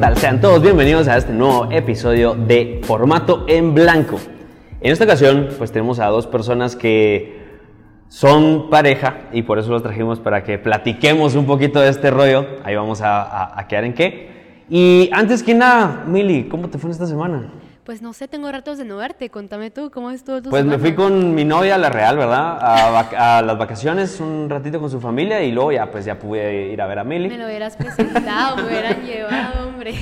tal? Sean todos bienvenidos a este nuevo episodio de Formato en Blanco. En esta ocasión, pues tenemos a dos personas que son pareja y por eso los trajimos para que platiquemos un poquito de este rollo. Ahí vamos a, a- a quedar en qué. Y antes que nada, Mili, ¿cómo te fue en esta semana? Pues no sé, tengo ratos de no verte. Contame tú, ¿cómo estuvo tu Pues me fui semana? con mi novia a La Real, ¿verdad? A, vac- a las vacaciones, un ratito con su familia y luego ya, pues ya pude ir a ver a Mili. Me lo hubieras presentado, me hubieran llevado, hombre.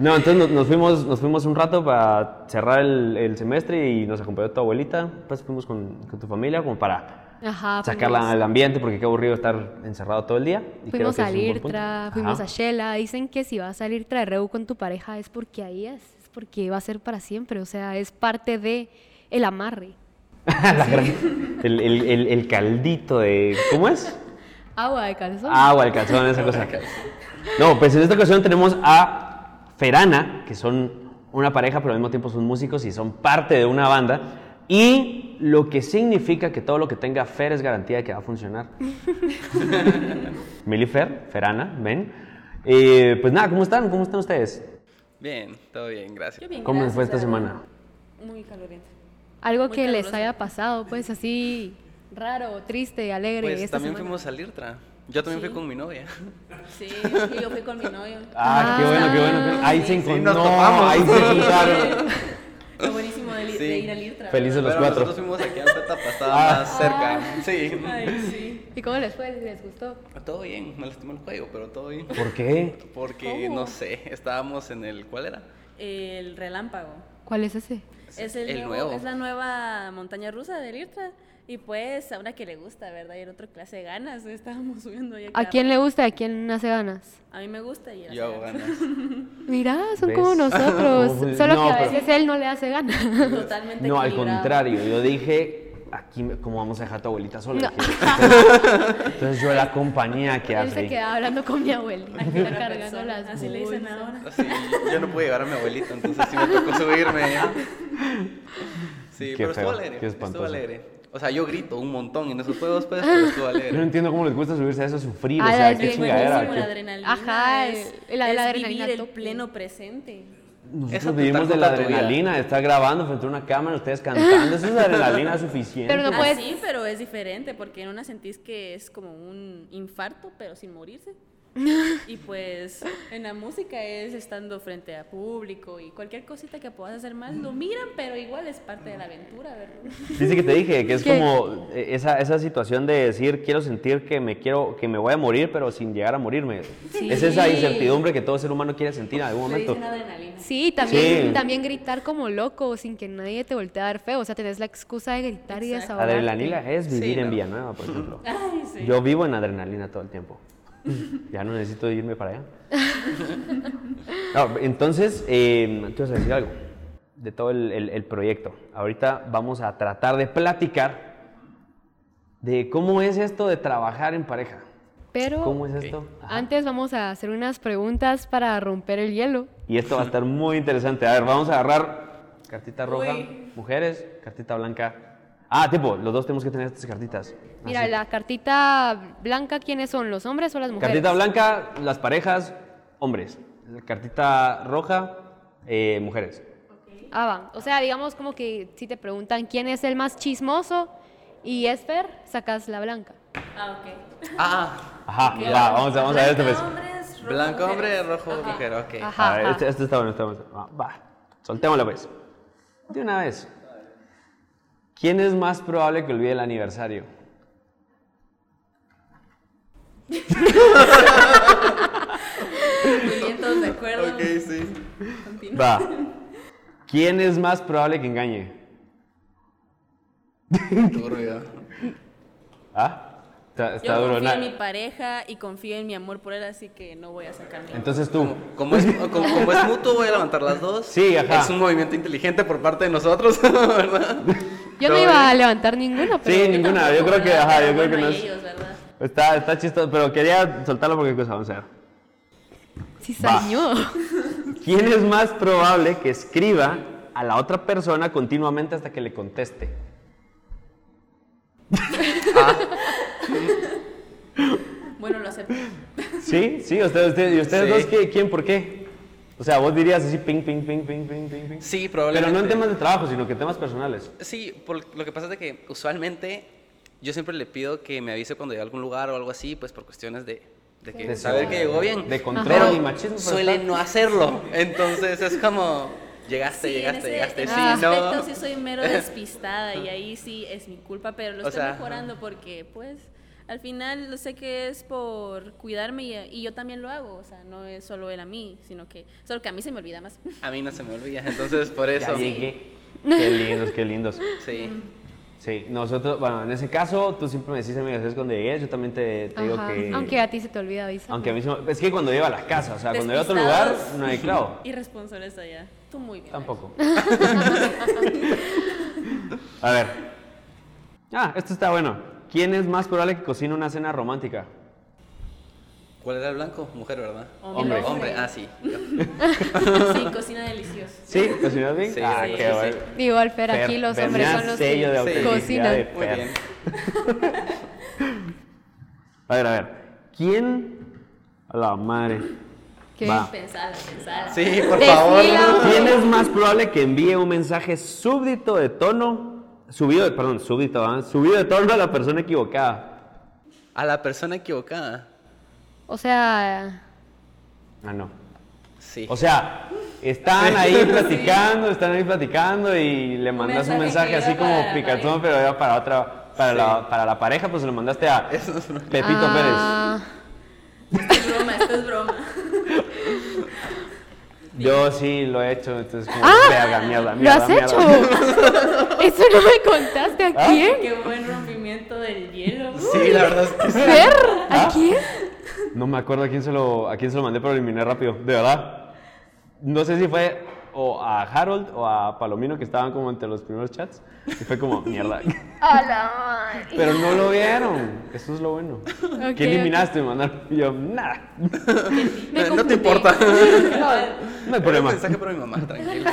No, entonces nos, nos fuimos, nos fuimos un rato para cerrar el, el semestre y nos acompañó tu abuelita. Pues fuimos con, con tu familia como para Ajá. sacar la- el ambiente porque qué aburrido estar encerrado todo el día. y creo Fuimos que a es un buen punto. Lirtra, fuimos Ajá. a Shela. Dicen que si vas a salir tras Reu con tu pareja es porque ahí es, es porque va a ser para siempre. O sea, es parte de el amarre. La gran- el, el- el- el caldito de... ¿Cómo es? Agua de calzón. Agua, el calzón, esa cosa. No, pues en esta ocasión tenemos a Ferana, que son una pareja, pero al mismo tiempo son músicos y son parte de una banda. Y lo que significa que todo lo que tenga Fer es garantía de que va a funcionar. Mili Fer, Ferana, ven. Eh, pues nada, ¿cómo están? ¿Cómo están ustedes? Bien, todo bien, gracias. ¿Cómo les fue esta semana? Muy calorienta. Algo que les haya pasado, pues así raro, triste, alegre. Pues esta también semana. fuimos a Lirtra. Yo también fui con mi novia. Sí, y yo fui con mi novio. Ah, qué bueno, qué bueno. qué bueno. Ahí se Sí, encontraron. nos topamos. ahí se juntaron. Lo buenísimo de, li- Sí. de ir al Irtra. Felices los Pero cuatro. Ah. Nosotros fuimos aquí a Alpeta Pasada más cerca. Sí. Ay, sí. ¿Y cómo les fue? ¿Les gustó? Todo bien, me lastimó el juego, pero todo bien. ¿Por qué? Porque, no sé, estábamos en el... ¿Cuál era? El relámpago. ¿Cuál es ese? Es el, el nuevo, nuevo. Es la nueva montaña rusa del Irtra. Y pues, a una que le gusta, ¿verdad? Y el otro que le hace ganas. Estábamos subiendo ya. ¿A quién le gusta y a quién hace ganas? A mí me gusta y él Yo hago hace ganas. ganas. Mirá, son ¿Ves? como ¿Cómo fue? nosotros. Solo No, que a pero- veces él no le hace ganas. Totalmente No, al equilibrado. contrario, yo dije, aquí, me- ¿cómo vamos a dejar a tu abuelita sola? No. Dije, Entonces yo la acompañé a Él quedarse se ahí. quedaba hablando con mi abuelita, Aquí otra cargando persona, las Así le dicen bolsas. ahora. Sí, yo no pude llevar a mi abuelito, entonces sí me tocó subirme. Sí, Qué pero estuvo feo, alegre, qué estuvo espantoso. alegre. O sea, yo grito un montón en esos juegos, pues, pero estuvo Yo no alegre. entiendo cómo les gusta subirse a eso, sufrir, o Ah, sea, es qué bien chingadera. buenísimo, qué- la adrenalina. Ajá, es, el- la- es la adrenalina vivir el tope. pleno presente. Eso Nosotros te vivimos está de la contando tu vida. adrenalina, de estar grabando frente a una cámara, ustedes cantando, eso es adrenalina suficiente. Pero no- puedes- Así, Ah, pero es diferente porque en una sentís que es como un infarto, pero sin morirse. y pues en la música es estando frente a público y cualquier cosita que puedas hacer más lo miran, pero igual es parte de la aventura, ¿verdad? Dice que te dije que es ¿Qué? como eh, esa, esa situación de decir quiero sentir que me quiero que me voy a morir pero sin llegar a morirme. Sí. Es esa incertidumbre que todo ser humano quiere sentir en algún Le momento. dicen adrenalina. Sí, también, Sí. también gritar como loco sin que nadie te voltee a dar feo. O sea, tenés la excusa de gritar y Exacto. desahogarte. Adrenalina es Sí, vivir en no. Villanueva, por ejemplo. Ay, sí. Yo vivo en adrenalina todo el tiempo. ya no necesito irme para allá. No, entonces, eh, te vas a decir algo de todo el, el- el proyecto. Ahorita vamos a tratar de platicar de cómo es esto de trabajar en pareja. Pero ¿Cómo es esto? Ajá. antes vamos a hacer unas preguntas para romper el hielo. Y esto va a estar muy interesante. A ver, vamos a agarrar cartita roja, Uy. mujeres, cartita blanca. Ah, tipo, los dos tenemos que tener estas cartitas. Mira, Así. la cartita blanca, ¿quiénes son? ¿Los hombres o las mujeres? Cartita blanca, las parejas, hombres. Cartita roja, eh, mujeres. Ah, va. O sea, digamos como que si te preguntan quién es el más chismoso y es Fer, sacas la blanca. Ah, ok. Ah, Ajá, va, vamos, a- vamos a ver este pues. Blanco, hombres, rojo, blanco hombre, mujeres. rojo Ajá. mujer, ok. Ajá. A ver, este, este está bueno, este está bueno. Va, va. soltémoslo pues. De una vez. ¿Quién es más probable que olvide el aniversario? Muy bien, todos de acuerdo. Ok, sí. Continúa. Va. ¿Quién es más probable que engañe? Turbio. ¿Ah? Está, está Yo duro. confío na- en mi pareja y confío en mi amor por él, así que no voy a sacar mi Entonces tú. Como es, como, como es mutuo, voy a levantar las dos. Sí, ajá. Es un movimiento inteligente por parte de nosotros, ¿verdad? Yo Todo no bien. iba a levantar ninguna, pero... Sí, ninguna. Yo creo que, ajá, yo creo que no es. Ellos, ¿verdad? Está, está chistoso, pero quería soltarlo porque cosa, vamos a ver. Sí, Va. salió. ¿Quién es más probable que escriba a la otra persona continuamente hasta que le conteste? Bueno, lo acepto. Sí, sí, ustedes, ustedes, ¿y ustedes Sí. dos qué? quién por qué? O sea, vos dirías así, ping, ping, ping, ping, ping, ping, ping. Sí, Pero probablemente. no en temas de trabajo, sino que en temas personales. Sí, por- lo que pasa es de que usualmente yo siempre le pido que me avise cuando llegue a algún lugar o algo así, pues por cuestiones de, de que De saber seguridad. que llegó bien. De control Pero y machismo, pues, Suele está. no hacerlo. Entonces es como, llegaste, Sí, llegaste, en ese, llegaste. en Sí, ese no. aspecto sí soy mero despistada y ahí sí es mi culpa, pero lo O estoy sea, mejorando porque, pues, al final lo sé que es por cuidarme y, y yo también lo hago, o sea, no es solo él a mí, sino que solo que a mí se me olvida más. A mí no se me olvida, entonces por Ya eso. llegué. Qué lindos, qué lindos. Sí. Sí, nosotros, bueno, en ese caso, tú siempre me decís, amigas, es cuando llegues, yo también te, te digo Ajá, que... Aunque a ti se te olvida avisar. aunque a mí se me- Es que cuando llego a la casa, o sea, cuando llego a otro lugar, Despistados. no hay clavo. Irresponsable está ya. Tú muy bien. Tampoco. a ver. Ah, esto está bueno. ¿Quién es más probable que cocine una cena romántica? ¿Cuál era el blanco? Mujer, ¿verdad? Hombre. Hombre, ah, sí. yo. Alex. Sí, cocina delicioso. ¿Sí? ¿Cocinas bien? Sí, ah, sí, qué sí, bueno. sí. Igual, Fer, Fer, aquí los Fer, hombres me da son los sello de que autenticidad cocinan. de- Muy bien. A ver, a ver. ¿Quién? A la madre. ¿Qué? Va. Pensada, pensada. Sí, por Decila, favor. hombre. ¿Quién es más probable que envíe un mensaje súbdito de tono? Subido de, perdón, súbdito, ¿ah? subido de tono a la persona equivocada. A la persona equivocada. O sea, Ah, no. Sí. O sea, están ahí platicando, están ahí platicando y le mandas un mensaje mensaje que así iba para como la picazón, pero era para otra, para, Sí. la, para la pareja, pues se lo mandaste a Eso es una- Pepito ah, Esto es broma, esto es broma. Pérez. Yo sí lo he hecho, entonces como, Ah, verga, mierda, ¿Lo mierda, has hecho? mierda. Eso no me contaste. ¿A ¿Ah? quién? Qué buen rompimiento del hielo. Sí, la verdad es que sí. ¿Fer? ¿A ¿Ah? quién? No me acuerdo a quién se lo, a quién se lo mandé, pero lo eliminé rápido, de verdad. No sé si fue o a Harold o a Palomino que estaban como entre los primeros chats. Y fue como, mierda. A la Pero no lo vieron. Eso es lo bueno. madre. ¿Qué eliminaste? Me mandaron. Y yo, nada. Me No te confundí. importa. No hay problema. Un mensaje para mi mamá, tranquilo.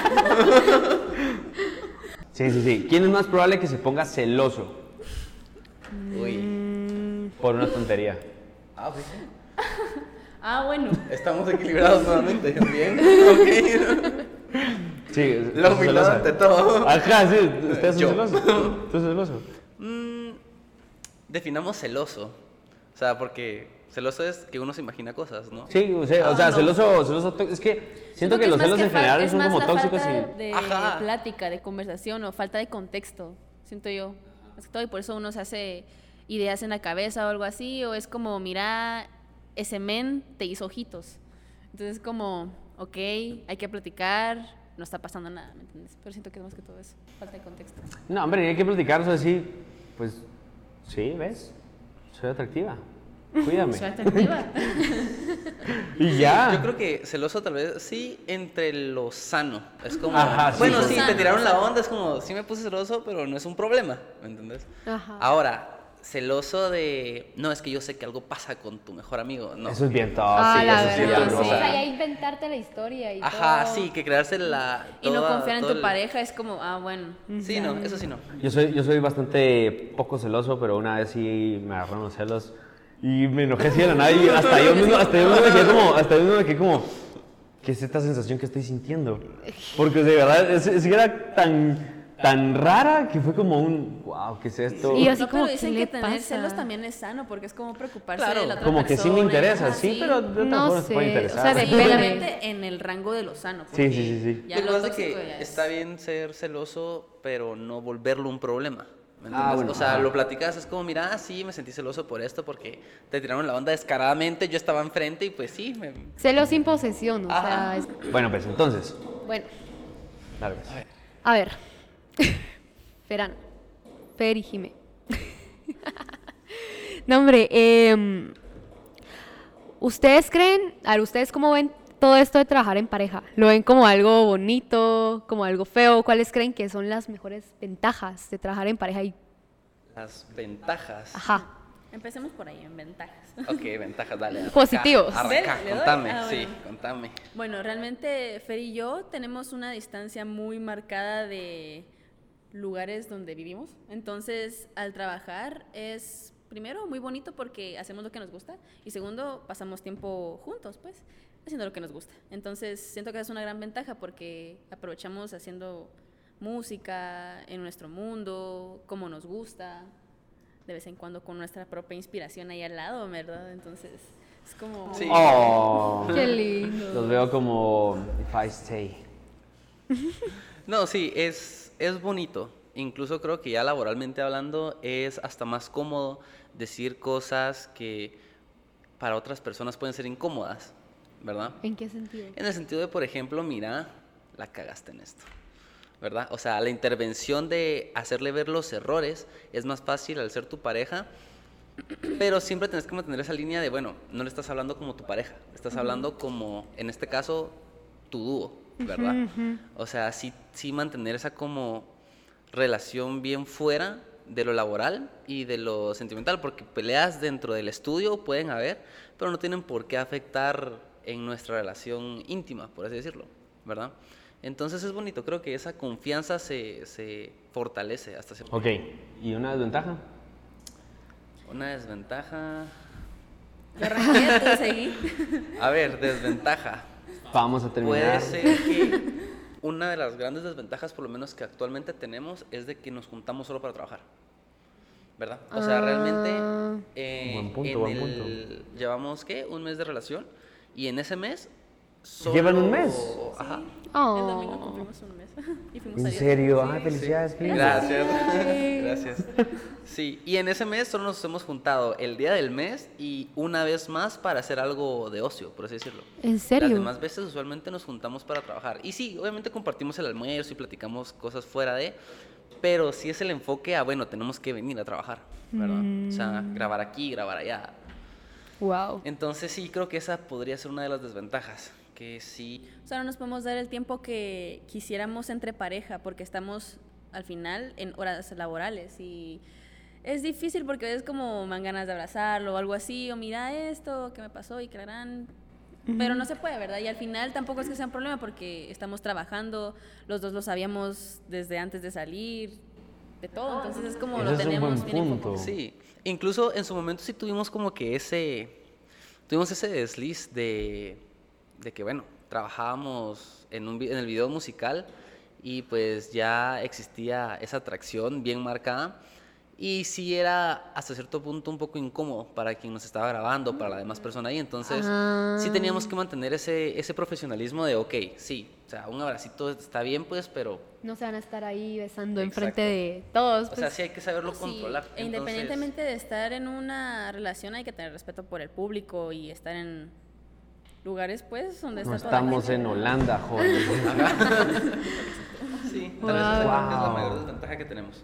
Sí, sí, sí. ¿Quién es más probable que se ponga celoso Uy. por una tontería? Ah, pues sí. Ah, bueno. Estamos equilibrados nuevamente. Bien. Ok. Sí, La sos humildad celosa. ante todo. Eh, Ajá, sí. Ustedes Yo. son celosos. Tú sos celoso. Mm, definamos celoso. O sea, porque celoso es que uno se imagina cosas, ¿no? Sí, o sea, o Ah, sea, no. celoso, celoso. tó- Es que siento que los es más celos en fal- general es son más como la tóxicos falta y. de Ajá. plática, de conversación o falta de contexto, siento yo. Más que todo, y por eso uno se hace ideas en la cabeza o algo así, o es como, mira, ese men te hizo ojitos. Entonces, como, ok, hay que platicar, no está pasando nada, ¿me entiendes? Pero siento que es más que todo eso, falta de contexto. No, hombre, hay que platicar, o sea, sí, pues, sí, ¿ves? Soy atractiva. Cuídame. Soy atractiva. y ya. Yo creo que celoso tal vez sí entre lo sano. Es como, Ajá, sí. bueno, Lo sí, te sano, tiraron la onda, es como, sí me puse celoso, pero no es un problema, ¿me entendés? Ajá. Ahora, celoso de, no, es que yo sé que algo pasa con tu mejor amigo, no. Eso es bien todo. Ah, sí, la eso sí, verdad. ya, no, sí. o O sea, sea, ya inventarte la historia y Ajá, todo. sí, que crearse la... y no toda- confiar en todo tu el- pareja es como, ah, bueno. Sí, no, eso sí no. Yo soy, yo soy bastante poco celoso, pero una vez sí me agarraron los celos y me enojé así de la nada y hasta yo mismo, hasta yo mismo me quedé como, hasta yo mismo me quedé como, ¿qué es esta sensación que estoy sintiendo? Porque de verdad, es, es que era tan, tan rara que fue como un, wow, ¿qué es esto? Y yo así no, como, pero dicen ¿qué que le tener pasa? celos también es sano porque es como preocuparse Claro. de la otra Como que sí me persona y interesa, cosas sí, así. pero de otra No forma se puede sé, o interesar. sea, depende. Simplemente en el rango de lo sano. Ah, Sí, porque sí, sí, sí. Ya lo que lo pasa es tóxico que ya es. está bien ser celoso, pero no volverlo un problema. ¿me Ah, entiendes? bueno, o sea, ajá. lo platicas, es como, mira, ah, sí, me sentí celoso por esto, porque te tiraron la onda descaradamente, yo estaba enfrente y pues sí, me... Celos sin posesión, o Ajá. sea, es- Bueno, pues entonces, pues. bueno. tal vez. A ver. Ferán. Fer y Jime. no, hombre. em, ¿Ustedes creen, a ver, ustedes cómo ven todo esto de trabajar en pareja? ¿Lo ven como algo bonito, como algo feo? ¿Cuáles creen que son las mejores ventajas de trabajar en pareja? Y, Las ventajas. Ah. ajá. Empecemos por ahí, en ventajas. Ok, ventajas, dale. arranca, Positivos. Arranca, ¿Le doy? contame, Ah, sí, bueno. contame. Bueno, realmente Fer y yo tenemos una distancia muy marcada de lugares donde vivimos. Entonces, al trabajar es primero, muy bonito porque hacemos lo que nos gusta y segundo, pasamos tiempo juntos, pues, haciendo lo que nos gusta. Entonces, siento que es una gran ventaja porque aprovechamos haciendo música en nuestro mundo, como nos gusta, de vez en cuando con nuestra propia inspiración ahí al lado, ¿verdad? Entonces, es como... Sí. Oh, Qué lindo. los veo como if I stay. No, sí, es, es bonito. Incluso creo que ya laboralmente hablando es hasta más cómodo decir cosas que para otras personas pueden ser incómodas, ¿verdad? ¿En qué sentido? En el sentido de, por ejemplo, mira, la cagaste en esto, ¿verdad? O sea, la intervención de hacerle ver los errores es más fácil al ser tu pareja, pero siempre tenés que mantener esa línea de, bueno, no le estás hablando como tu pareja, le estás hablando como, en este caso, tu dúo, ¿verdad? O sea, sí, sí mantener esa como relación bien fuera de lo laboral y de lo sentimental, porque peleas dentro del estudio pueden haber, pero no tienen por qué afectar en nuestra relación íntima, por así decirlo, ¿verdad? Entonces es bonito, creo que esa confianza se, se fortalece hasta cierto Ok, ¿y una desventaja? Una desventaja... Yo arranqué, tú seguí. A ver, desventaja. Vamos a terminar. Puede ser que una de las grandes desventajas, por lo menos que actualmente tenemos, es de que nos juntamos solo para trabajar. ¿Verdad? O sea, Ah. realmente. eh, Buen punto, en buen el- Llevamos, ¿qué? Un mes de relación. Y en ese mes. solo- ¿Llevan un mes? Ajá. El Oh. domingo cumplimos un mes y fuimos a ¿En Dios. serio? Ah, Ay, felicidades, Cris. Gracias. Gracias. Sí, y en ese mes solo nos hemos juntado el día del mes y una vez más para hacer algo de ocio, por así decirlo. ¿En Las serio? demás veces usualmente nos juntamos para trabajar. Y sí, obviamente compartimos el almuerzo y platicamos cosas fuera de, pero sí es el enfoque a, bueno, tenemos que venir a trabajar, ¿verdad? O sea, grabar aquí, grabar allá. Wow. Entonces sí, creo que esa podría ser una de las desventajas, que sí, O sea, no nos podemos dar el tiempo que quisiéramos entre pareja porque estamos al final en horas laborales y es difícil porque a veces como me dan ganas de abrazarlo o algo así, o mira esto, que me pasó y crearán. Pero no se puede, ¿verdad? Y al final tampoco es que sea un problema porque estamos trabajando, los dos lo sabíamos desde antes de salir, de todo. Entonces es como Ese lo es un buen tenemos bien en punto. poco. sí. Incluso en su momento sí tuvimos como que ese, tuvimos ese desliz de, de que, bueno, trabajábamos en, un, vi- en el video musical y pues ya existía esa atracción bien marcada y sí era hasta cierto punto un poco incómodo para quien nos estaba grabando, para la demás Mm. persona ahí, entonces Ah. sí teníamos que mantener ese, ese profesionalismo de, ok, sí, o sea, un abracito está bien pues, pero... No se van a estar ahí besando Exacto. enfrente de todos. O sea, pues. sí hay que saberlo Sí, controlar. e entonces- Independientemente de estar en una relación, hay que tener respeto por el público y estar en lugares, pues, donde No está toda la estamos gente, en ¿no? Holanda, joder. Sí, tal vez esa creo que es la Wow. mayor desventaja que tenemos.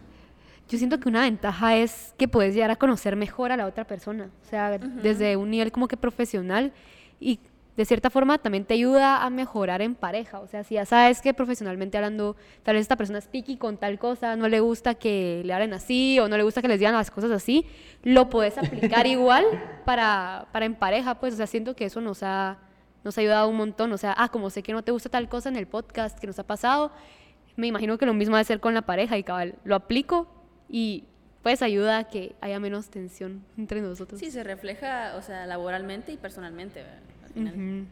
Yo siento que una ventaja es que puedes llegar a conocer mejor a la otra persona, o sea, desde un nivel como que profesional y de cierta forma también te ayuda a mejorar en pareja, o sea, si ya sabes que profesionalmente hablando, tal vez esta persona es picky con tal cosa, no le gusta que le hablen así o no le gusta que les digan las cosas así, lo puedes aplicar igual para, para en pareja, pues, o sea, siento que eso nos ha, nos ha ayudado un montón, o sea, ah, como sé que no te gusta tal cosa en el podcast que nos ha pasado, me imagino que lo mismo va a ser con la pareja y cabal, lo aplico y pues ayuda a que haya menos tensión entre nosotros. Sí, se refleja, o sea, laboralmente y personalmente, ¿verdad? al final. Ujú.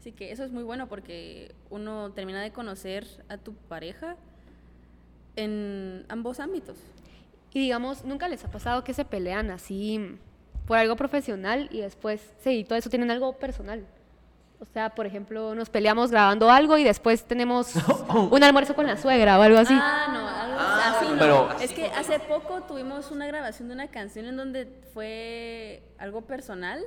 Así que eso es muy bueno porque uno termina de conocer a tu pareja en ambos ámbitos. Y digamos, ¿nunca les ha pasado que se pelean así por algo profesional y después, sí, todo eso tienen algo personal? O sea, por ejemplo, nos peleamos grabando algo y después tenemos un almuerzo con la suegra o algo así. Ah, no, algo Ah, así. no. pero- es que hace poco tuvimos una grabación de una canción en donde fue algo personal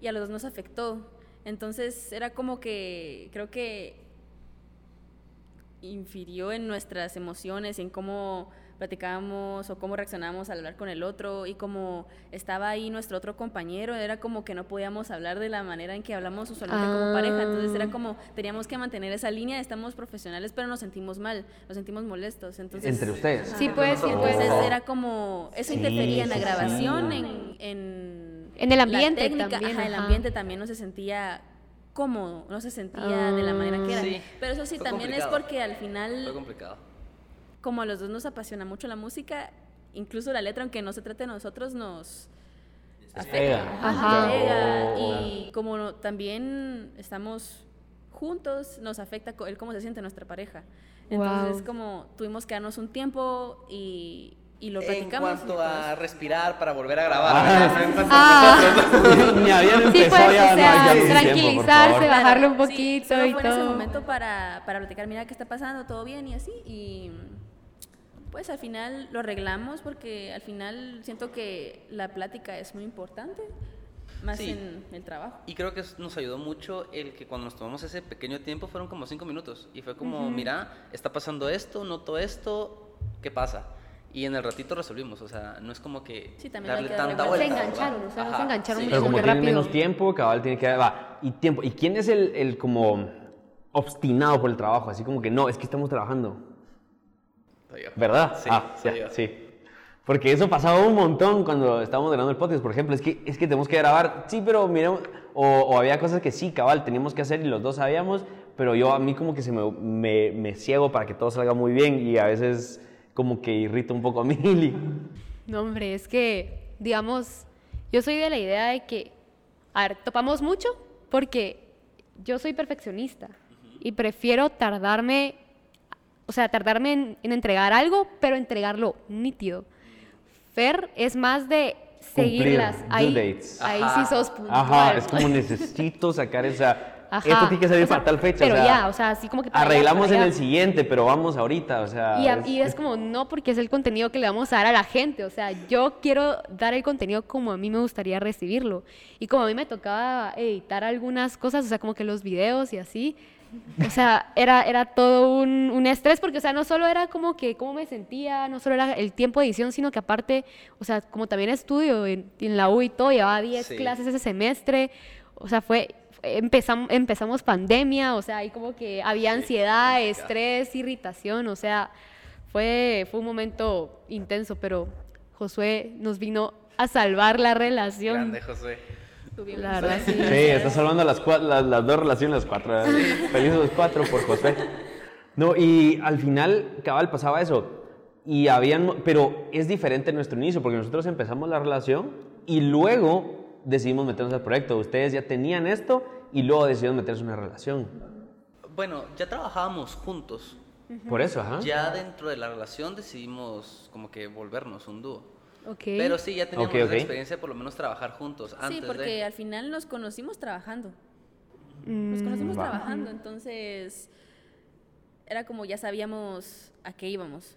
y a los dos nos afectó. Entonces era como que creo que infirió en nuestras emociones, en cómo platicábamos o cómo reaccionábamos al hablar con el otro y como estaba ahí nuestro otro compañero, era como que no podíamos hablar de la manera en que hablamos usualmente Ah. como pareja, entonces era como teníamos que mantener esa línea, estamos profesionales pero nos sentimos mal, nos sentimos molestos, entonces Entre ustedes. Sí, pues, sí, pues. entonces Oh. era como, eso Sí, interfería en la sí, sí. grabación, en, en... En el la ambiente técnica, también, ajá, el ajá. ambiente también no se sentía cómodo, no se sentía de la manera que era. Ah. Sí, Pero eso sí, fue también es complicado. porque al Fue final, complicado. como a los dos nos apasiona mucho la música, incluso la letra, aunque no se trate de nosotros, nos Pega. afecta. Ajá. nos pega. Claro. Y como no- también estamos juntos, nos afecta co- el cómo se siente nuestra pareja. Entonces, Wow. como tuvimos que darnos un tiempo y, y lo En platicamos. cuanto entonces- a respirar para volver a grabar. Ah, Ni habían sí, empezado pues, o ya, no, ya sea, no hay tiempo, por favor. tranquilizarse, bajarlo un Claro, poquito sí, solo y fue en ese todo. momento para, para platicar, mira qué está pasando, todo bien y así. Y pues al final lo arreglamos porque al final siento que la plática es muy importante, más Sí. en el trabajo. Y creo que nos ayudó mucho el que cuando nos tomamos ese pequeño tiempo fueron como cinco minutos. Y fue como, mira, está pasando esto, noto esto, ¿qué pasa? Y en el ratito resolvimos. O sea, no es como que Sí, también hay darle que darle tanta vuelta. vuelta. Se ¿verdad? engancharon, o sea, no se Ajá, engancharon Pero Sí, como súper tienen rápido. menos tiempo, cabal, tiene que... Va, y tiempo. ¿Y quién es el, el como obstinado por el trabajo? Así como que, no, es que estamos trabajando. Soy yo. ¿Verdad? Sí, ah, soy ya, yo. sí. Porque eso pasaba un montón cuando estábamos grabando el podcast, por ejemplo. Es que, es que tenemos que grabar, sí, pero miremos. O, o había cosas que sí, cabal, teníamos que hacer y los dos sabíamos, pero yo a mí como que se me, me, me ciego para que todo salga muy bien y a veces como que irrita un poco a Mili. No, hombre, es que, digamos, yo soy de la idea de que, a ver, topamos mucho porque yo soy perfeccionista y prefiero tardarme, o sea, tardarme en, en entregar algo, pero entregarlo nítido. Fer es más de Cumplir, seguirlas. due Ahí, dates. ahí Ajá. sí sos puntual. Ajá, es como necesito sacar esa... Ajá. Esto tiene que salir O sea, para tal fecha. Pero o sea, ya, o sea, así como que... para allá, Arreglamos para en allá. el siguiente, pero vamos ahorita, o sea... Y, a- es- y es como, no, porque es el contenido que le vamos a dar a la gente. O sea, yo quiero dar el contenido como a mí me gustaría recibirlo. Y como a mí me tocaba editar algunas cosas, o sea, como que los videos y así. O sea, era, era todo un, un estrés porque, o sea, no solo era como que cómo me sentía, no solo era el tiempo de edición, sino que aparte, o sea, como también estudio en, en la U y todo, llevaba 10 Sí. clases ese semestre. O sea, fue, empezamos, empezamos pandemia, o sea, ahí como que había ansiedad, complicado. estrés, irritación, o sea, fue, fue un momento intenso, pero Josué nos vino a salvar la relación. Grande, José. Tuvimos- La verdad, sí. Sí, está salvando las, cua- las, las dos relaciones, las cuatro. ¿verdad? Felices los cuatro por José. No, y al final, cabal, pasaba eso. Y habían, mo- pero es diferente nuestro inicio, porque nosotros empezamos la relación y luego decidimos meternos al proyecto. Ustedes ya tenían esto y luego decidieron meterse en una relación. Bueno, ya trabajábamos juntos. Por eso, ajá. Ya dentro de la relación decidimos como que volvernos un dúo. Ok. Pero sí, ya teníamos Ok, esa ok. experiencia de por lo menos trabajar juntos antes Sí, porque de... al final nos conocimos trabajando. Nos Mm, conocimos va. trabajando, entonces era como ya sabíamos a qué íbamos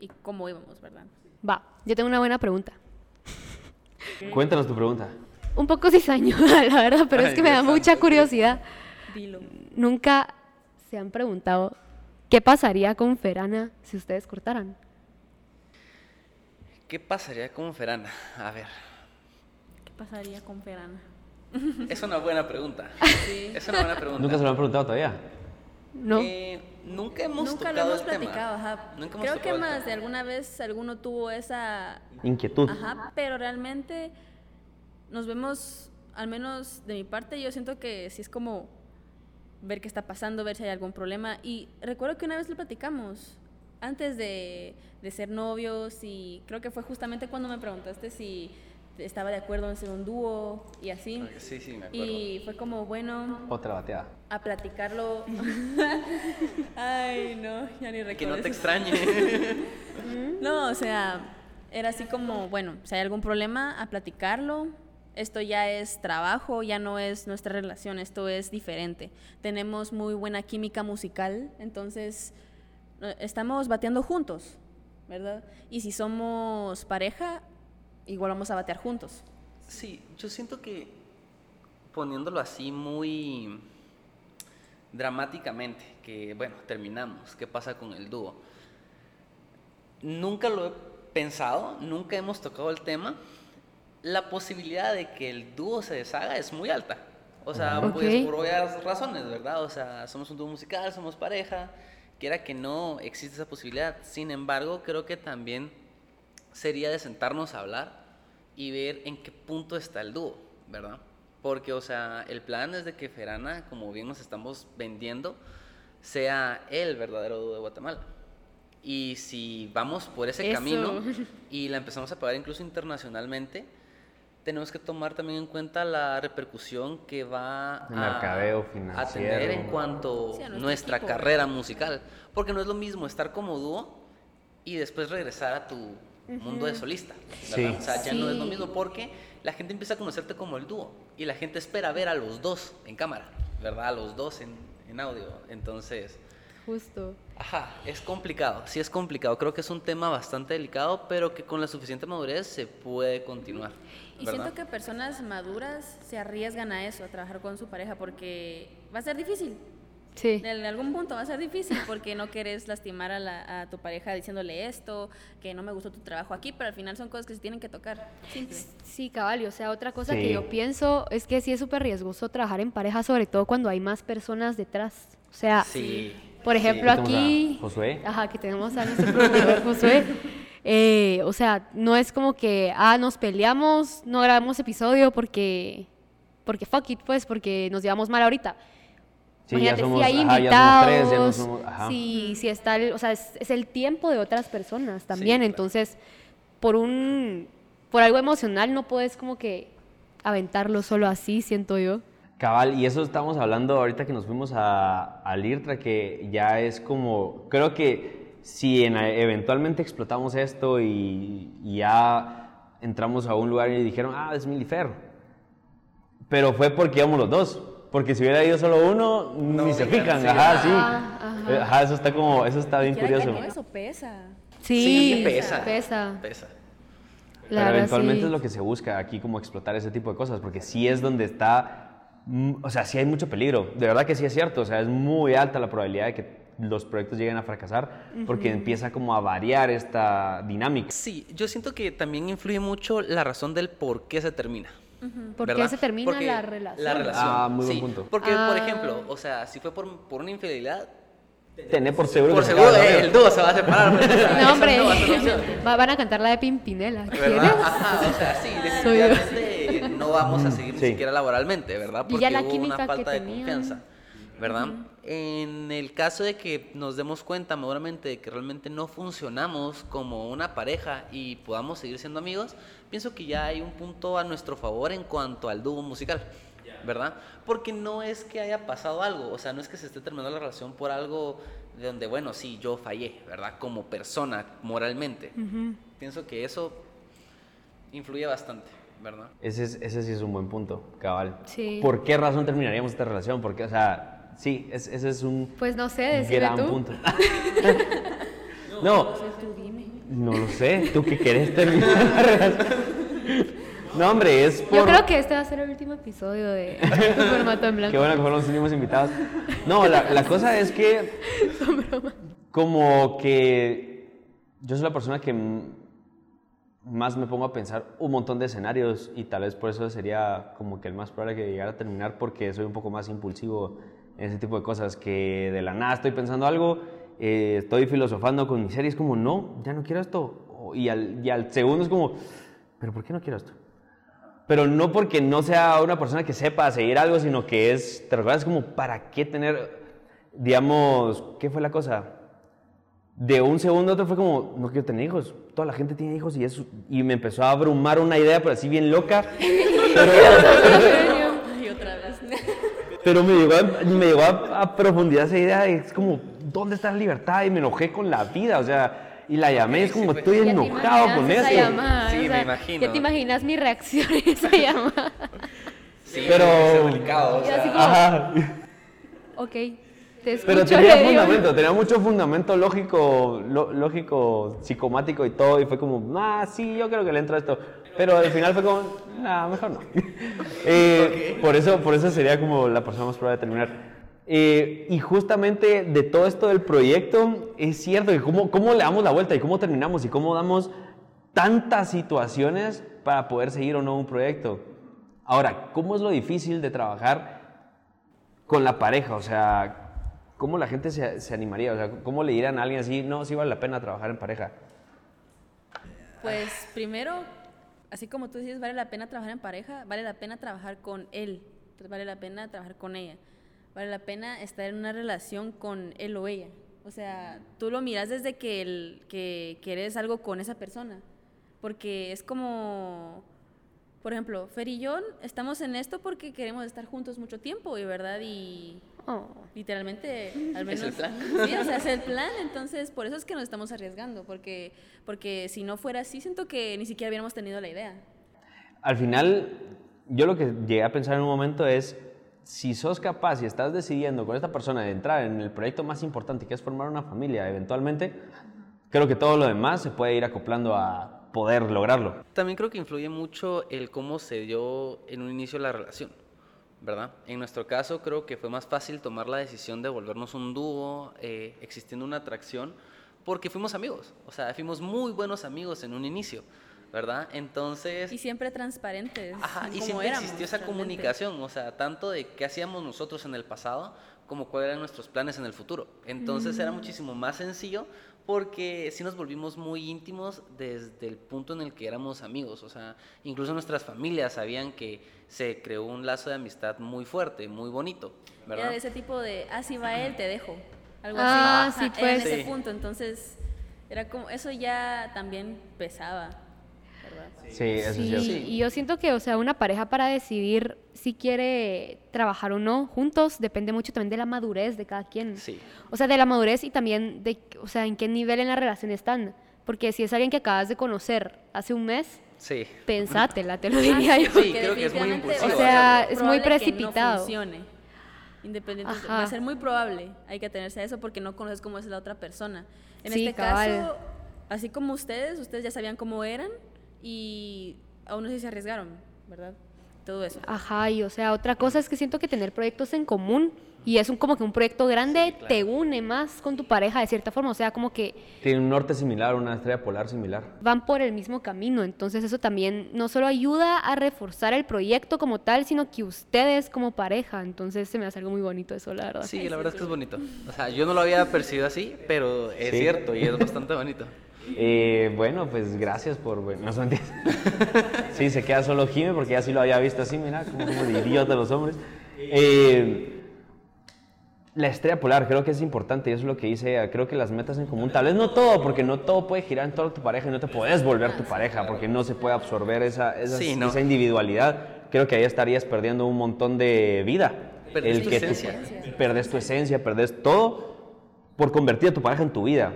y cómo íbamos, ¿verdad? va, yo tengo una buena pregunta. Cuéntanos tu pregunta. Un poco cizañuda, la verdad, pero es Ay, que me da Dios santo, mucha sí. curiosidad. Dilo. Nunca se han preguntado qué pasaría con Ferana si ustedes cortaran. ¿Qué pasaría con Ferana? A ver, ¿Qué pasaría con Ferana? es una buena pregunta. Sí. Es una buena pregunta. Nunca se lo han preguntado todavía. No. Eh, nunca hemos Nunca lo tocado hemos el tema. platicado, ajá. Nunca hemos Creo que tocado el más tema. de alguna vez alguno tuvo esa, Inquietud. ajá, pero realmente nos vemos, al menos de mi parte, yo siento que sí es como ver qué está pasando, ver si hay algún problema. Y recuerdo que una vez lo platicamos, antes de, de ser novios, y creo que fue justamente cuando me preguntaste si estaba de acuerdo en ser un dúo y así. Ok, Ah, Sí, sí, me acuerdo. Y fue como, bueno, Otra bateada. a platicarlo. Ay, no, ya ni recuerdo. Que no te eso. extrañe. No, o sea, era así como, bueno, si hay algún problema, a platicarlo. Esto ya es trabajo, ya no es nuestra relación, esto es diferente. Tenemos muy buena química musical, entonces eh, estamos bateando juntos, ¿verdad? Y si somos pareja, igual vamos a batear juntos. Sí, yo siento que poniéndolo así muy dramáticamente, que bueno, terminamos, ¿qué pasa con el dúo? Nunca lo he pensado, nunca hemos tocado el tema. La posibilidad de que el dúo se deshaga es muy alta. O sea, Ujú. pues Ok. por obvias razones, ¿verdad? O sea, somos un dúo musical, somos pareja, quiera que no existe esa posibilidad. Sin embargo, creo que también sería de sentarnos a hablar y ver en qué punto está el dúo, ¿verdad? Porque, o sea, el plan es de que Ferana, como bien nos estamos vendiendo, sea el verdadero dúo de Guatemala. Y si vamos por ese Eso. camino y la empezamos a pagar incluso internacionalmente, tenemos que tomar también en cuenta la repercusión que va El mercadeo financiero. a tener en cuanto Sí, a nuestro nuestra equipo. carrera musical. Porque no es lo mismo estar como dúo y después regresar a tu mundo de solista. ¿verdad? Sí. O sea, ya no es lo Sí. mismo porque la gente empieza a conocerte como el dúo y la gente espera ver a los dos en cámara, ¿verdad? A los dos en, en audio. Entonces... Justo. Ajá, es complicado, sí es complicado. Creo que es un tema bastante delicado, pero que con la suficiente madurez se puede continuar. Y ¿verdad? siento que personas maduras se arriesgan a eso, a trabajar con su pareja, porque va a ser difícil. Sí. En algún punto va a ser difícil porque no quieres lastimar a, la- a tu pareja diciéndole esto, que no me gustó tu trabajo aquí, pero al final son cosas que se tienen que tocar. Simple. Sí, cabal, y, o sea, otra cosa Sí. que yo pienso es que sí es súper riesgoso trabajar en pareja, sobre todo cuando hay más personas detrás. O sea, Sí. por ejemplo, Tenemos a aquí... Josué. Ajá, que tenemos a nuestro productor Josué. Eh, o sea, no es como que, ah, nos peleamos, no grabamos episodio porque, porque fuck it, pues, porque nos llevamos mal ahorita. Sí, ya Imagínate, somos, si hay ajá, ya somos tres, ya no invitados, somos. Ajá. si, si está, el- o sea, es, es el tiempo de otras personas también, claro. entonces por un, por algo emocional no puedes como que aventarlo solo así, siento yo. Cabal, y eso estamos hablando ahorita que nos fuimos a, al IRTRA, que ya es como, creo que si en- eventualmente explotamos esto y, y ya entramos a un lugar y dijeron, ah, es Milifer. Pero fue porque íbamos los dos. Porque si hubiera ido solo uno, ni se mira, fijan. sí. Ajá, sí. Ah, ajá. Eh, Ajá, eso está como, eso está bien Quiera que curioso. no, eso pesa. Sí, sí, pesa. pesa. Pesa. La Pero verdad, eventualmente sí. es lo que se busca aquí, como explotar ese tipo de cosas, porque sí es donde está, mm, o sea, sí hay mucho peligro. De verdad que sí es cierto, o sea, es muy alta la probabilidad de que los proyectos lleguen a fracasar, porque empieza como a variar esta dinámica. Sí, yo siento que también influye mucho la razón del por qué se termina. ¿Por qué ¿verdad? se termina Porque la relación? La relación. Ah, muy buen sí. punto. Porque, por Ah. ejemplo, o sea, si fue por, por una infidelidad, Tener por seguro por que se seguro acaba la eh, el relación. dúo se va a separar. pues, o sea, eso No, hombre, va a ser opción, va- van a cantar la de Pimpinela. ¿quieres? ¿Verdad? Ajá, o sea, sí, Soy yo. definitivamente no vamos a seguir Sí. ni siquiera laboralmente, ¿verdad? Y Porque ya la hubo química una que falta de tenían. confianza, ¿verdad? En el caso de que nos demos cuenta maduramente de que realmente no funcionamos como una pareja y podamos seguir siendo amigos, pienso que ya hay un punto a nuestro favor en cuanto al dúo musical. ¿Verdad? Porque no es que haya pasado algo, o sea, no es que se esté terminando la relación por algo de donde, bueno, sí, yo fallé, ¿verdad? Como persona, moralmente. Pienso que eso influye bastante, ¿verdad? Ese, es- ese sí es un buen punto, cabal. Sí. ¿Por qué razón terminaríamos esta relación? Porque, o sea, sí, es- ese es un Pues no sé, decime gran tú. punto. no, no lo sé, tú que querés terminar la relación. No, hombre, es por... Yo creo que este va a ser el último episodio de Formato en Qué Blanco. bueno que fueron los últimos invitados. No, la, la cosa es que... Como que yo soy la persona que m- más me pongo a pensar un montón de escenarios y tal vez por eso sería como que el más probable que llegara a terminar porque soy un poco más impulsivo en ese tipo de cosas que de la nada estoy pensando algo, eh, estoy filosofando con mi serie, es como, no, ya no quiero esto. O- Y al, y al segundo es como, pero ¿por qué no quiero esto? Pero no porque no sea una persona que sepa seguir algo, sino que es, te recuerdas como, ¿para qué tener, digamos, qué fue la cosa? de un segundo a otro fue como, no quiero tener hijos. Toda la gente tiene hijos y eso. Y me empezó a abrumar una idea, pero así bien loca. Y otra vez. Pero me llegó, a, me llegó a, a profundidad esa idea. Es como, ¿dónde está la libertad? Y me enojé con la vida. O sea, y la llamé. Es como, estoy Ya te enojado con imaginas esa eso. llamada, Sí, o me sea, imagino. Ya te imaginas mi reacción a esa llamada. Sí, Pero- es delicado, o Y así sea, como, Ajá. ok, te escucho, Pero le tenía digo. fundamento, tenía mucho fundamento lógico, lo- lógico, psicomático y todo. Y fue como, ah, sí, yo creo que le entra esto. Pero al final fue como, nah, mejor no. Eh, por, eso, por eso sería como la persona más probable de terminar. Eh, y justamente de todo esto del proyecto, es cierto que cómo, cómo le damos la vuelta y cómo terminamos y cómo damos tantas situaciones para poder seguir o no un proyecto. Ahora, ¿cómo es lo difícil de trabajar con la pareja, o sea, ¿cómo la gente se, se animaría? O sea, ¿cómo le dirán a alguien así, no, sí vale la pena trabajar en pareja? Pues primero, así como tú dices, vale la pena trabajar en pareja, vale la pena trabajar con él, pues, vale la pena trabajar con ella, vale la pena estar en una relación con él o ella, O sea, tú lo miras desde que, el, que quieres algo con esa persona. Porque es como, por ejemplo, Fer y yo estamos en esto porque queremos estar juntos mucho tiempo, y verdad, y Oh. literalmente al Es menos el plan. sí o sea es el plan entonces por eso es que nos estamos arriesgando porque porque si no fuera así siento que ni siquiera hubiéramos tenido la idea Al final, yo lo que llegué a pensar en un momento es, si sos capaz y estás decidiendo con esta persona de entrar en el proyecto más importante que es formar una familia eventualmente, creo que todo lo demás se puede ir acoplando a poder lograrlo. También creo que influye mucho el cómo se dio en un inicio la relación, ¿verdad? En nuestro caso creo que fue más fácil tomar la decisión de volvernos un dúo, eh, existiendo una atracción, porque fuimos amigos, o sea, fuimos muy buenos amigos en un inicio, ¿verdad? Entonces... y siempre transparentes Ajá, y como siempre éramos, existió esa realmente. comunicación, o sea, tanto de qué hacíamos nosotros en el pasado como cuáles eran nuestros planes en el futuro. Entonces Mm. era muchísimo más sencillo porque sí nos volvimos muy íntimos desde el punto en el que éramos amigos, o sea, incluso nuestras familias sabían que se creó un lazo de amistad muy fuerte, muy bonito, era ¿verdad? de ese tipo de ah si va él te dejo algo Ah, así sí, Ajá, era en pues. ese Sí. punto entonces era como eso ya también pesaba verdad Sí, eso Sí, es cierto. y yo siento que, o sea, una pareja para decidir si quiere trabajar o no juntos depende mucho también de la madurez de cada quien. Sí. O sea, de la madurez y también de, o sea, en qué nivel en la relación están. Porque si es alguien que acabas de conocer hace un mes, Sí. pensátela, te lo Ah, diría yo. Ah, sí, creo que es muy definitivamente impulsivo va a O sea, ser es muy probable que no precipitado. funcione. Independiente, Ajá. va a ser muy probable. Hay que atenerse a eso porque no conoces cómo es la otra persona. En Sí, este cabal. caso, así como ustedes, ustedes ya sabían cómo eran y aún así se arriesgaron, ¿verdad? Todo eso. Ajá, y o sea, otra cosa es que siento que tener proyectos en común y es un, como que un proyecto grande te une más con tu pareja de cierta forma. O sea, como que Tiene un norte similar, una estrella polar similar. van por el mismo camino. Entonces eso también no solo ayuda a reforzar el proyecto como tal, sino que ustedes como pareja. Entonces se me hace algo muy bonito eso, la verdad. Sí, la verdad es que es bonito. O sea, yo no lo había percibido así, pero es Sí. cierto y es bastante bonito. Eh, bueno, pues gracias por... bueno, No son Sí, se queda solo Jimmy porque ya sí lo había visto así, mira, como, como de idiota los hombres. Eh, la estrella polar creo que es importante y eso es lo que dice ella. Creo que las metas en común, tal vez no todo, porque no todo puede girar en torno a tu pareja y no te puedes volver tu pareja porque no se puede absorber esa, esa, Sí, no. esa individualidad. Creo que ahí estarías perdiendo un montón de vida. Perdés tu que esencia. Perdés tu esencia, perdés todo por convertir a tu pareja en tu vida.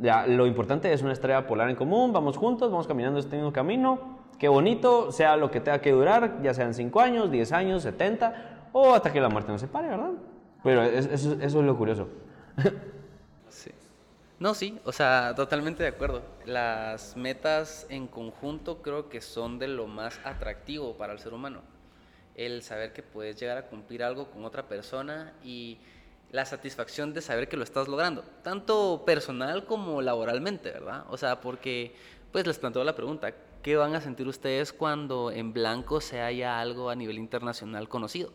Ya, lo importante es una estrella polar en común, vamos juntos, vamos caminando este mismo camino, qué bonito, sea lo que tenga que durar, ya sean 5 años, 10 años, 70, o hasta que la muerte nos separe, ¿verdad? Pero es- eso, eso es lo curioso. Sí. No, sí, o sea, totalmente de acuerdo. Las metas en conjunto creo que son de lo más atractivo para el ser humano. El saber que puedes llegar a cumplir algo con otra persona y la satisfacción de saber que lo estás logrando, tanto personal como laboralmente, ¿verdad? O sea, porque pues les planteo la pregunta, ¿qué van a sentir ustedes cuando en blanco se haya algo a nivel internacional conocido?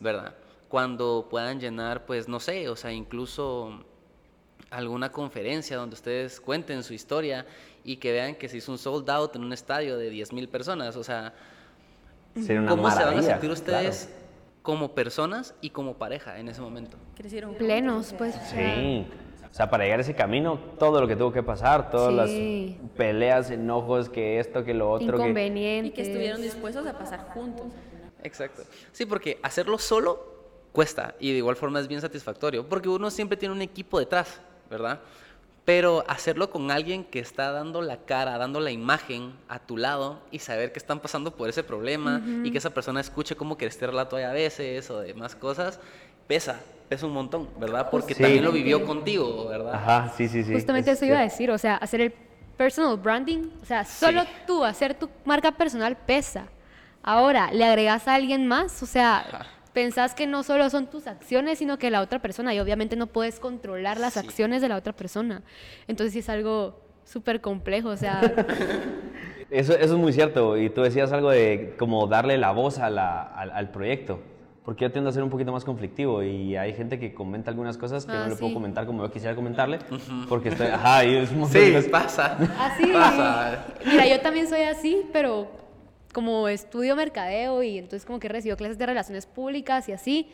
¿Verdad? Cuando puedan llenar, pues no sé, o sea, incluso alguna conferencia donde ustedes cuenten su historia y que vean que se hizo un sold out en un estadio de 10.000 personas. O sea, Sería una ¿cómo se van a maravilla, sentir ustedes claro. como personas y como pareja en ese momento? Crecieron Plenos, pues. o sea, Sí. O sea, para llegar a ese camino, todo lo que tuvo que pasar, todas Sí. las peleas, enojos, que esto, que lo otro. Que... Inconvenientes. Y que estuvieron dispuestos a pasar juntos. Exacto. Sí, porque hacerlo solo cuesta y de igual forma es bien satisfactorio, porque uno siempre tiene un equipo detrás, ¿verdad? Pero hacerlo con alguien que está dando la cara, dando la imagen a tu lado y saber que están pasando por ese problema y que esa persona escuche como que este relato hay a veces o demás cosas, pesa, pesa un montón, ¿verdad? Porque Sí. también lo vivió contigo, ¿verdad? Ajá, sí, sí, sí. Justamente es eso iba a cierto. decir, o sea, hacer el personal branding, o sea, solo Sí. tú hacer tu marca personal pesa. Ahora, le agregas a alguien más, o sea, Ajá. pensás que no solo son tus acciones, sino que la otra persona, y obviamente no puedes controlar las Sí. acciones de la otra persona. Entonces sí es algo súper complejo, o sea, Eso, eso es muy cierto. Y tú decías algo de como darle la voz a la- al, al proyecto. Porque yo tiendo a ser un poquito más conflictivo y hay gente que comenta algunas cosas que Ah, no le puedo sí. comentar como yo quisiera comentarle. Porque estoy. Ajá, y es un montón Sí, de cosas. pasa. así. Pasa. Ah, Mira, yo también soy así, pero como estudio mercadeo y entonces como que he recibido clases de relaciones públicas y así,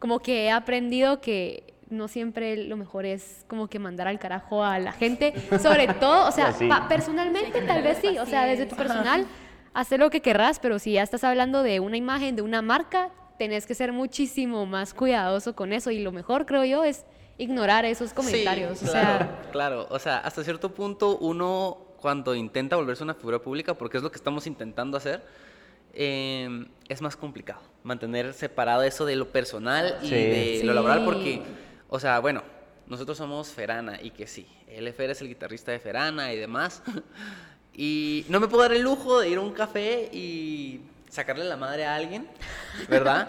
como que he aprendido que no siempre lo mejor es como que mandar al carajo a la gente, sobre todo, o sea, Pues sí. pa- personalmente tal vez sí, o sea, desde tu personal, hacer lo que querrás, pero si ya estás hablando de una imagen, de una marca, tenés que ser muchísimo más cuidadoso con eso y lo mejor, creo yo, es ignorar esos comentarios, Sí, o claro, sea, claro, o sea, hasta cierto punto uno cuando intenta volverse una figura pública, porque es lo que estamos intentando hacer, eh, es más complicado mantener separado eso de lo personal y Sí. de lo Sí. laboral, porque, o sea, bueno, nosotros somos Ferana y que sí, LFR es el guitarrista de Ferana y demás, y no me puedo dar el lujo de ir a un café y sacarle la madre a alguien, ¿verdad?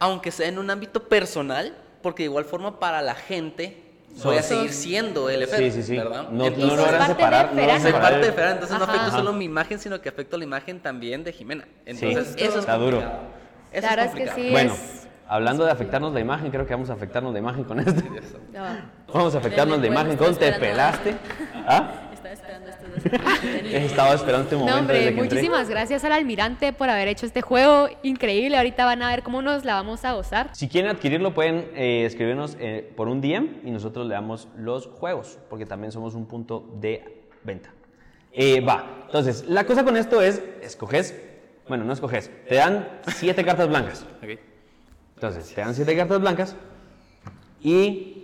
aunque sea en un ámbito personal, porque de igual forma para la gente voy a Sos- seguir siendo el Sí, sí, sí. ¿verdad? No, Entonces, no logran parte de separar. No logran Ferana. soy separar parte de el- Ferran, entonces no Ajá. afecto solo Ajá. mi imagen, sino que afecto la imagen también de Jimena. Sí. Entonces, eso es Está duro. complicado. Eso La verdad es es que complicado. sí. Bueno, es- hablando de afectarnos la imagen, creo que vamos a afectarnos la imagen con esto. ya va. Vamos a afectarnos la Denle pues, imagen vuelta, con te estoy esperando. pelaste. ¿Ah? Estaba esperando estos dos comentarios. He estado esperando este momento No, hombre, desde que entré. muchísimas gracias al almirante por haber hecho este juego increíble. Ahorita van a ver cómo nos la vamos a gozar. Si quieren adquirirlo, pueden eh, escribirnos eh, por un DM y nosotros le damos los juegos, porque también somos un punto de venta. Eh, va, entonces, la cosa con esto es, escoges, bueno, no escoges, te dan siete cartas blancas. Ok. Entonces, te dan siete cartas blancas y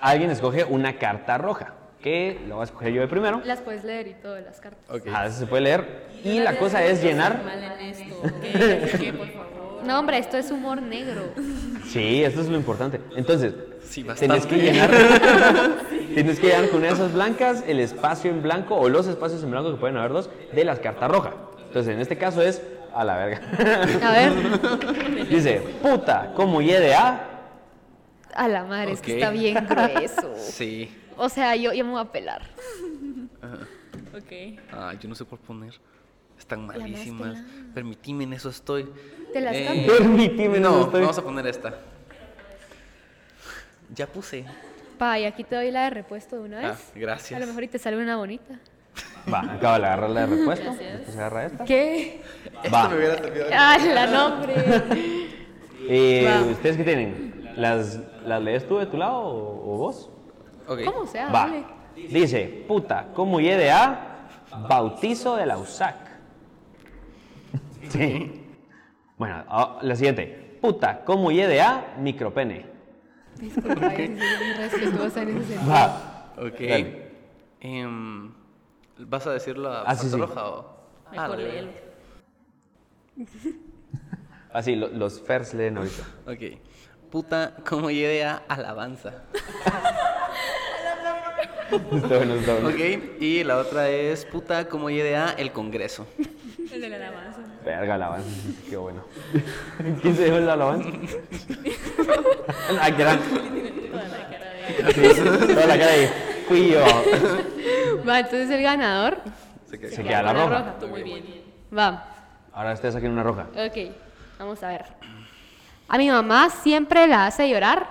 alguien escoge una carta roja, que lo voy a escoger yo de primero. Las puedes leer y todas las cartas. A veces se puede leer. Y Yo la había cosa sido es llenar. mal en esto, ok, ok, por favor. No, hombre, esto es humor negro. Sí, esto es lo importante. Entonces, Sí, tienes bastante. que llenar. tienes que llenar con esas blancas el espacio en blanco o los espacios en blanco que pueden haber dos de las cartas rojas. Entonces, en este caso es a la verga. A ver, Dice, puta, como Y de A. a la madre, es que Ok. está bien grueso. Sí. O sea, yo ya me voy a pelar. Ok. Ay, yo no sé cuál poner. Están malísimas. Permitime, en eso estoy. Te las Eh, cambio. Permitime, No, no estoy- vamos a poner esta. Ya puse. Pa, y aquí te doy la de repuesto de una Ah, vez. gracias. A lo mejor y te sale una bonita. Va, acabo de agarrar la de repuesto. Después agarra esta. ¿Qué? Va. ¡Ah, la nombre! Eh, Va. ¿Ustedes qué tienen? ¿Las, ¿Las lees tú de tu lado o, o vos? Ok. ¿Cómo sea? Va. dale. Dice, puta, como Y de A, bautizo de la USAC. Sí. Bueno, ah, la siguiente. Puta, como Y de A, micropene. Disculpa, yo sí soy muy respetuosa en ese sentido. Va. Ok. Dale. Em, ¿Vas a decirlo a Ah, sí, sí. roja o...? Ah, la Mejor verga. léelo. Así, lo- los fers leen ahorita. Ok. Puta, ¿cómo lleve a alabanza? Está bueno, está bueno. Ok. Y la otra es, puta, ¿cómo lleve a el Congreso? El de la alabanza. Verga, alabanza. Qué bueno. ¿Quién se dio la alabanza? Ah, que era- Toda la cara de. Toda la cara de, Fui yo. Va, entonces el ganador. Se queda- Se queda la roja. Tú muy bien. Va. Ahora ustedes saquen una roja. Ok, vamos a ver. A mi mamá siempre la hace llorar.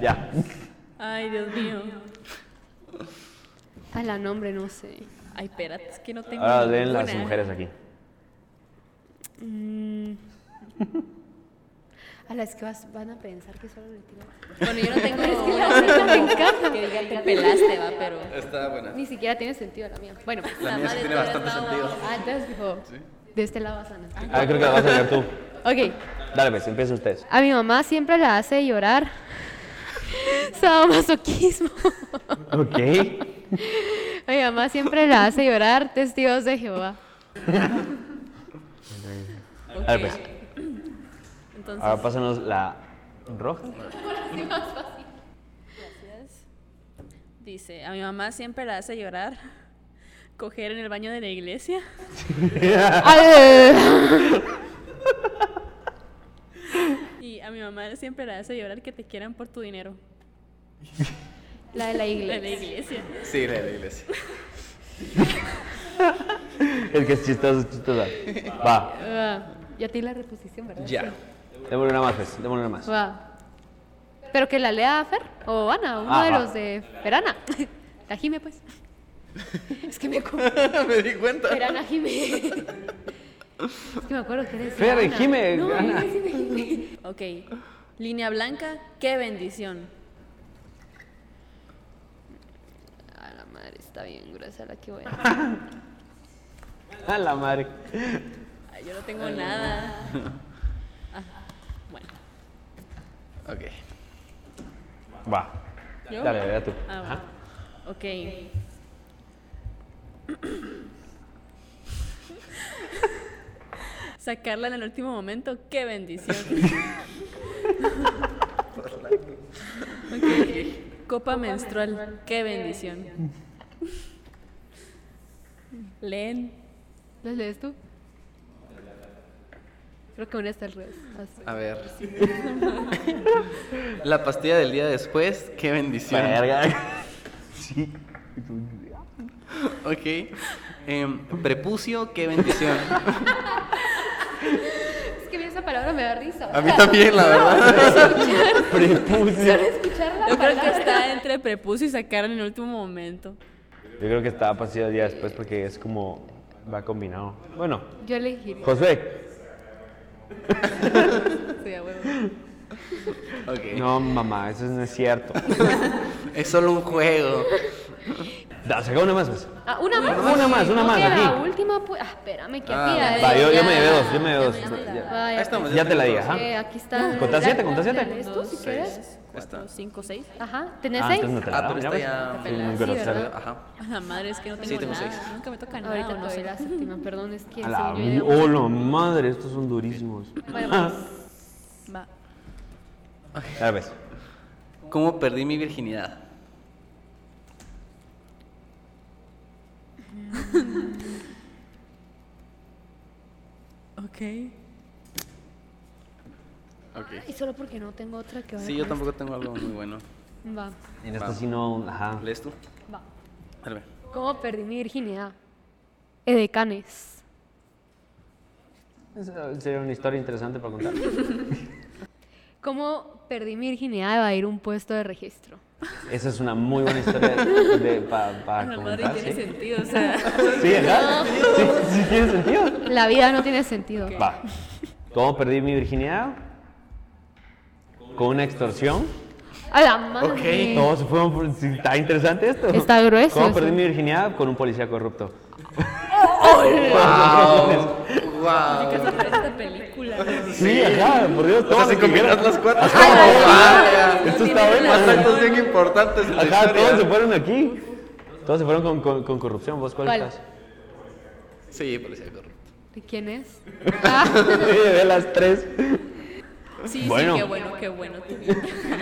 Ya. Ay, Dios mío. A la nombre, no sé. Ay, espérate, es que no tengo. Ahora leen las ninguna. mujeres aquí. A las que vas- van a pensar que solo le tiro. Bueno, yo no tengo. Es que la única me encanta. Que diga, te pelaste, va, pero. Está buena. Ni siquiera tiene sentido la mía. Bueno, pues, La mía sí madre tiene todavía bastante estaba- sentido. ah, entonces fijo, de este lado vas a ganar. Ah, creo que la vas a leer tú. Ok, Dale, pues, empiecen ustedes. a mi mamá siempre la hace llorar. Sadomasoquismo. Ok. A mi mamá siempre la hace llorar, testigos de Jehová. A ver, pues, Ah. Entonces, ahora pásanos la roja. dice: A mi mamá siempre la hace llorar. Coger en el baño de la iglesia. Y a mi mamá siempre la hace llorar que te quieran por tu dinero. La de la La de la iglesia. iglesia. Sí, la de la iglesia. Es que es chistoso, es chistosa. Va, Ah, ya tiene la reposición, ¿verdad? Ya. démosle una más, pues, démosle una más. Va. Pero que la lea Fer o Ana, uno Ah, de va. los de Ferana. La Jime, pues. Es que me co- Me di cuenta. Ferana Jime. Es que me acuerdo que eres. Fer, Ana. Jime, No, Ana. eres Jime. Ok. Línea blanca, qué bendición. A la madre, está bien gruesa la que voy a. A la madre. Ay, yo no tengo nada. Ah, bueno. Ok. Va. ¿Yo? Dale, vea tú. Ah, Ajá. bueno. Ok. Sacarla en el último momento, qué bendición. Ok. Copa, menstrual, qué bendición. Leen. ¿Las lees tú? Creo que una está al revés. así. A ver. La pastilla del día después, qué bendición. Verga. Sí. Ok. Em, prepucio, qué bendición. Es que a mí esa palabra me da risa. A mí también, la verdad. Prepucio. Escuchar la Yo creo que palabra. está entre prepucio y sacarla en el último momento. Yo creo que estaba pasado día después porque es como. Va combinado. Bueno, Yo le dije. Josué. Sí, a huevo. Ok. No, mamá, eso no es cierto. Es solo un juego. Da, saca una más. pues. Ah, una más. Una más, una Ok, más, La aquí. última, pues. Ah, espérame, que Ah, aquí. ya- Va, yo, yo me ya- llevé dos, yo me llevé dos. Vaya, Ahí estamos. Ya te la di, tengo ajá. Eh, aquí está. Contá siete, contá siete. ¿Lees tú si Dos, quieres? seis. Cuatro, cinco, seis. Ajá, ¿tenés Ah, seis? entonces no te todo. la Ah, daba, pero esta ya. pues. Sí, nunca Sí, la ¿verdad? sabía. Ajá. A la madre, es que no tengo, tengo nada. seis. Nunca me toca nada. Ahorita o no te doy sé. la séptima, perdón, es que A la, según yo ya- oh, la madre, estos son durísimos. Bueno, Ah. Va. Dale, pues. ¿Cómo perdí mi virginidad? Ok. Ok. Y solo porque no tengo otra que vaya Sí, yo con tampoco tengo algo muy bueno. esta. Va, En esta Va. sí no, ajá. ¿Lees tú? va. Dale. ¿Cómo perdí mi virginidad? Edecanes. Esa eh, Sería una historia interesante para contar. ¿Cómo perdí mi virginidad de evadir un puesto de registro? Esa es una muy buena historia de, para A la madre comentar, tiene Ah, sí. sentido, o sea. Sí, ¿verdad? Sí, sí tiene sentido. La vida no tiene sentido. Va. ¿Cómo perdí mi virginidad? Con una extorsión. A la madre. Todos fueron. por- sí, Está interesante esto. Está grueso ¿Cómo eso. perdí mi virginidad? Con un policía corrupto. ¡Wow! ¡Wow! Para esta película. ¿no? Sí, ajá, por Dios. O sea, todos los si que combinas vieron- las cuatro. Ah, Esto está bueno. Más actos bien importantes en la Ajá, historia. todos se fueron aquí. Todos se fueron con, con- con corrupción. ¿Vos cuál, ¿Cuál? estás? Sí, parecía corrupto. ¿De quién es? Ah. Sí, de las tres. Sí, Bueno. sí, qué bueno, qué bueno. tu vida.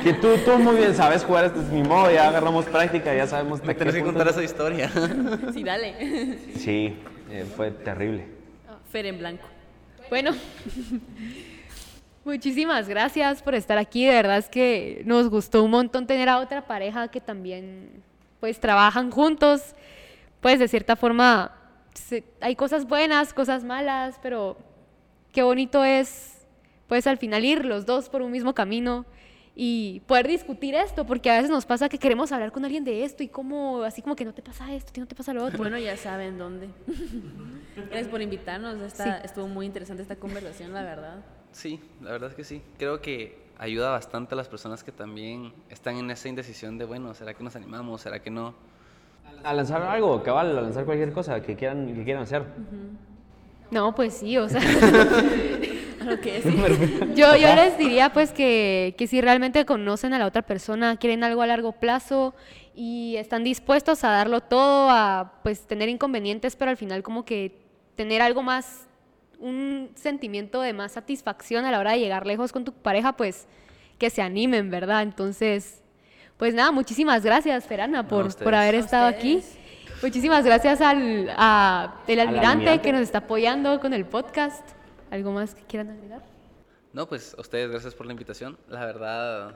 Que tú, tú muy bien sabes jugar este es mi modo. Ya agarramos práctica, ya sabemos. hasta Me tenés qué que punto. contar esa historia. Sí, dale. Sí, eh, fue terrible. Fer en blanco. Bueno, muchísimas gracias por estar aquí. De verdad es que nos gustó un montón tener a otra pareja que también pues trabajan juntos. Pues de cierta forma se- hay cosas buenas, cosas malas, pero qué bonito es pues al final ir los dos por un mismo camino y poder discutir esto, porque a veces nos pasa que queremos hablar con alguien de esto y como así como que no te pasa esto, que no te pasa lo otro. Bueno, ya saben dónde. Gracias por invitarnos. Esta, Estuvo muy interesante esta conversación, la verdad. Sí, la verdad es que sí. Creo que ayuda bastante a las personas que también están en esa indecisión de, bueno, ¿será que nos animamos? ¿Será que no? A lanzar algo, cabal, a lanzar cualquier cosa que quieran, que quieran hacer. No, pues sí, o sea. A lo que sí. Yo, yo les diría pues que, que si realmente conocen a la otra persona, quieren algo a largo plazo y están dispuestos a darlo todo, a pues tener inconvenientes, pero al final como que tener algo más, un sentimiento de más satisfacción a la hora de llegar lejos con tu pareja, pues que se animen, ¿verdad? Entonces, pues nada, muchísimas gracias, Ferana, por, por ustedes. haber A estado aquí. ustedes. Muchísimas gracias al a el Al almirante almirante. que nos está apoyando con el podcast. ¿Algo más que quieran agregar? No, pues a ustedes gracias por la invitación. La verdad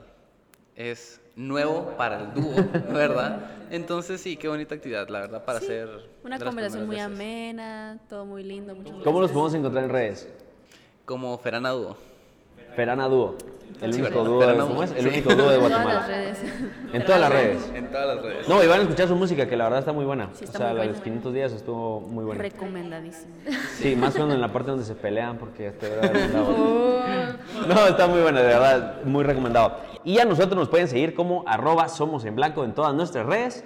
es nuevo para el dúo, ¿verdad? Entonces sí, qué bonita actividad, la verdad, para hacer... Una de las conversación primeras muy veces. amena, todo muy lindo. Muchas ¿Cómo los gracias. podemos encontrar en redes? Como Ferana Dúo. Ferana Dúo. El Sí, único ¿verdad? dúo, Ferana de- ¿cómo es? Dúo. El Sí. único dúo de En todas las Guatemala. redes. En todas las redes. En todas las redes. No, y van a escuchar su música, que la verdad está muy buena. Sí, o está sea, muy la de buena. los 500 días estuvo muy buena. Recomendadísimo. Sí, más cuando en la parte donde se pelean, porque este era el lado. No, está muy buena, de verdad, muy recomendado. Y a nosotros nos pueden seguir como arroba somos en blanco en todas nuestras redes.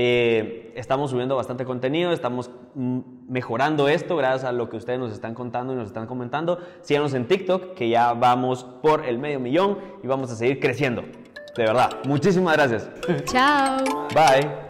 Eh, estamos subiendo bastante contenido, estamos mm, mejorando esto gracias a lo que ustedes nos están contando y nos están comentando. Síganos en TikTok, que ya vamos por el medio millón y vamos a seguir creciendo. De verdad, muchísimas gracias. Chao. Bye.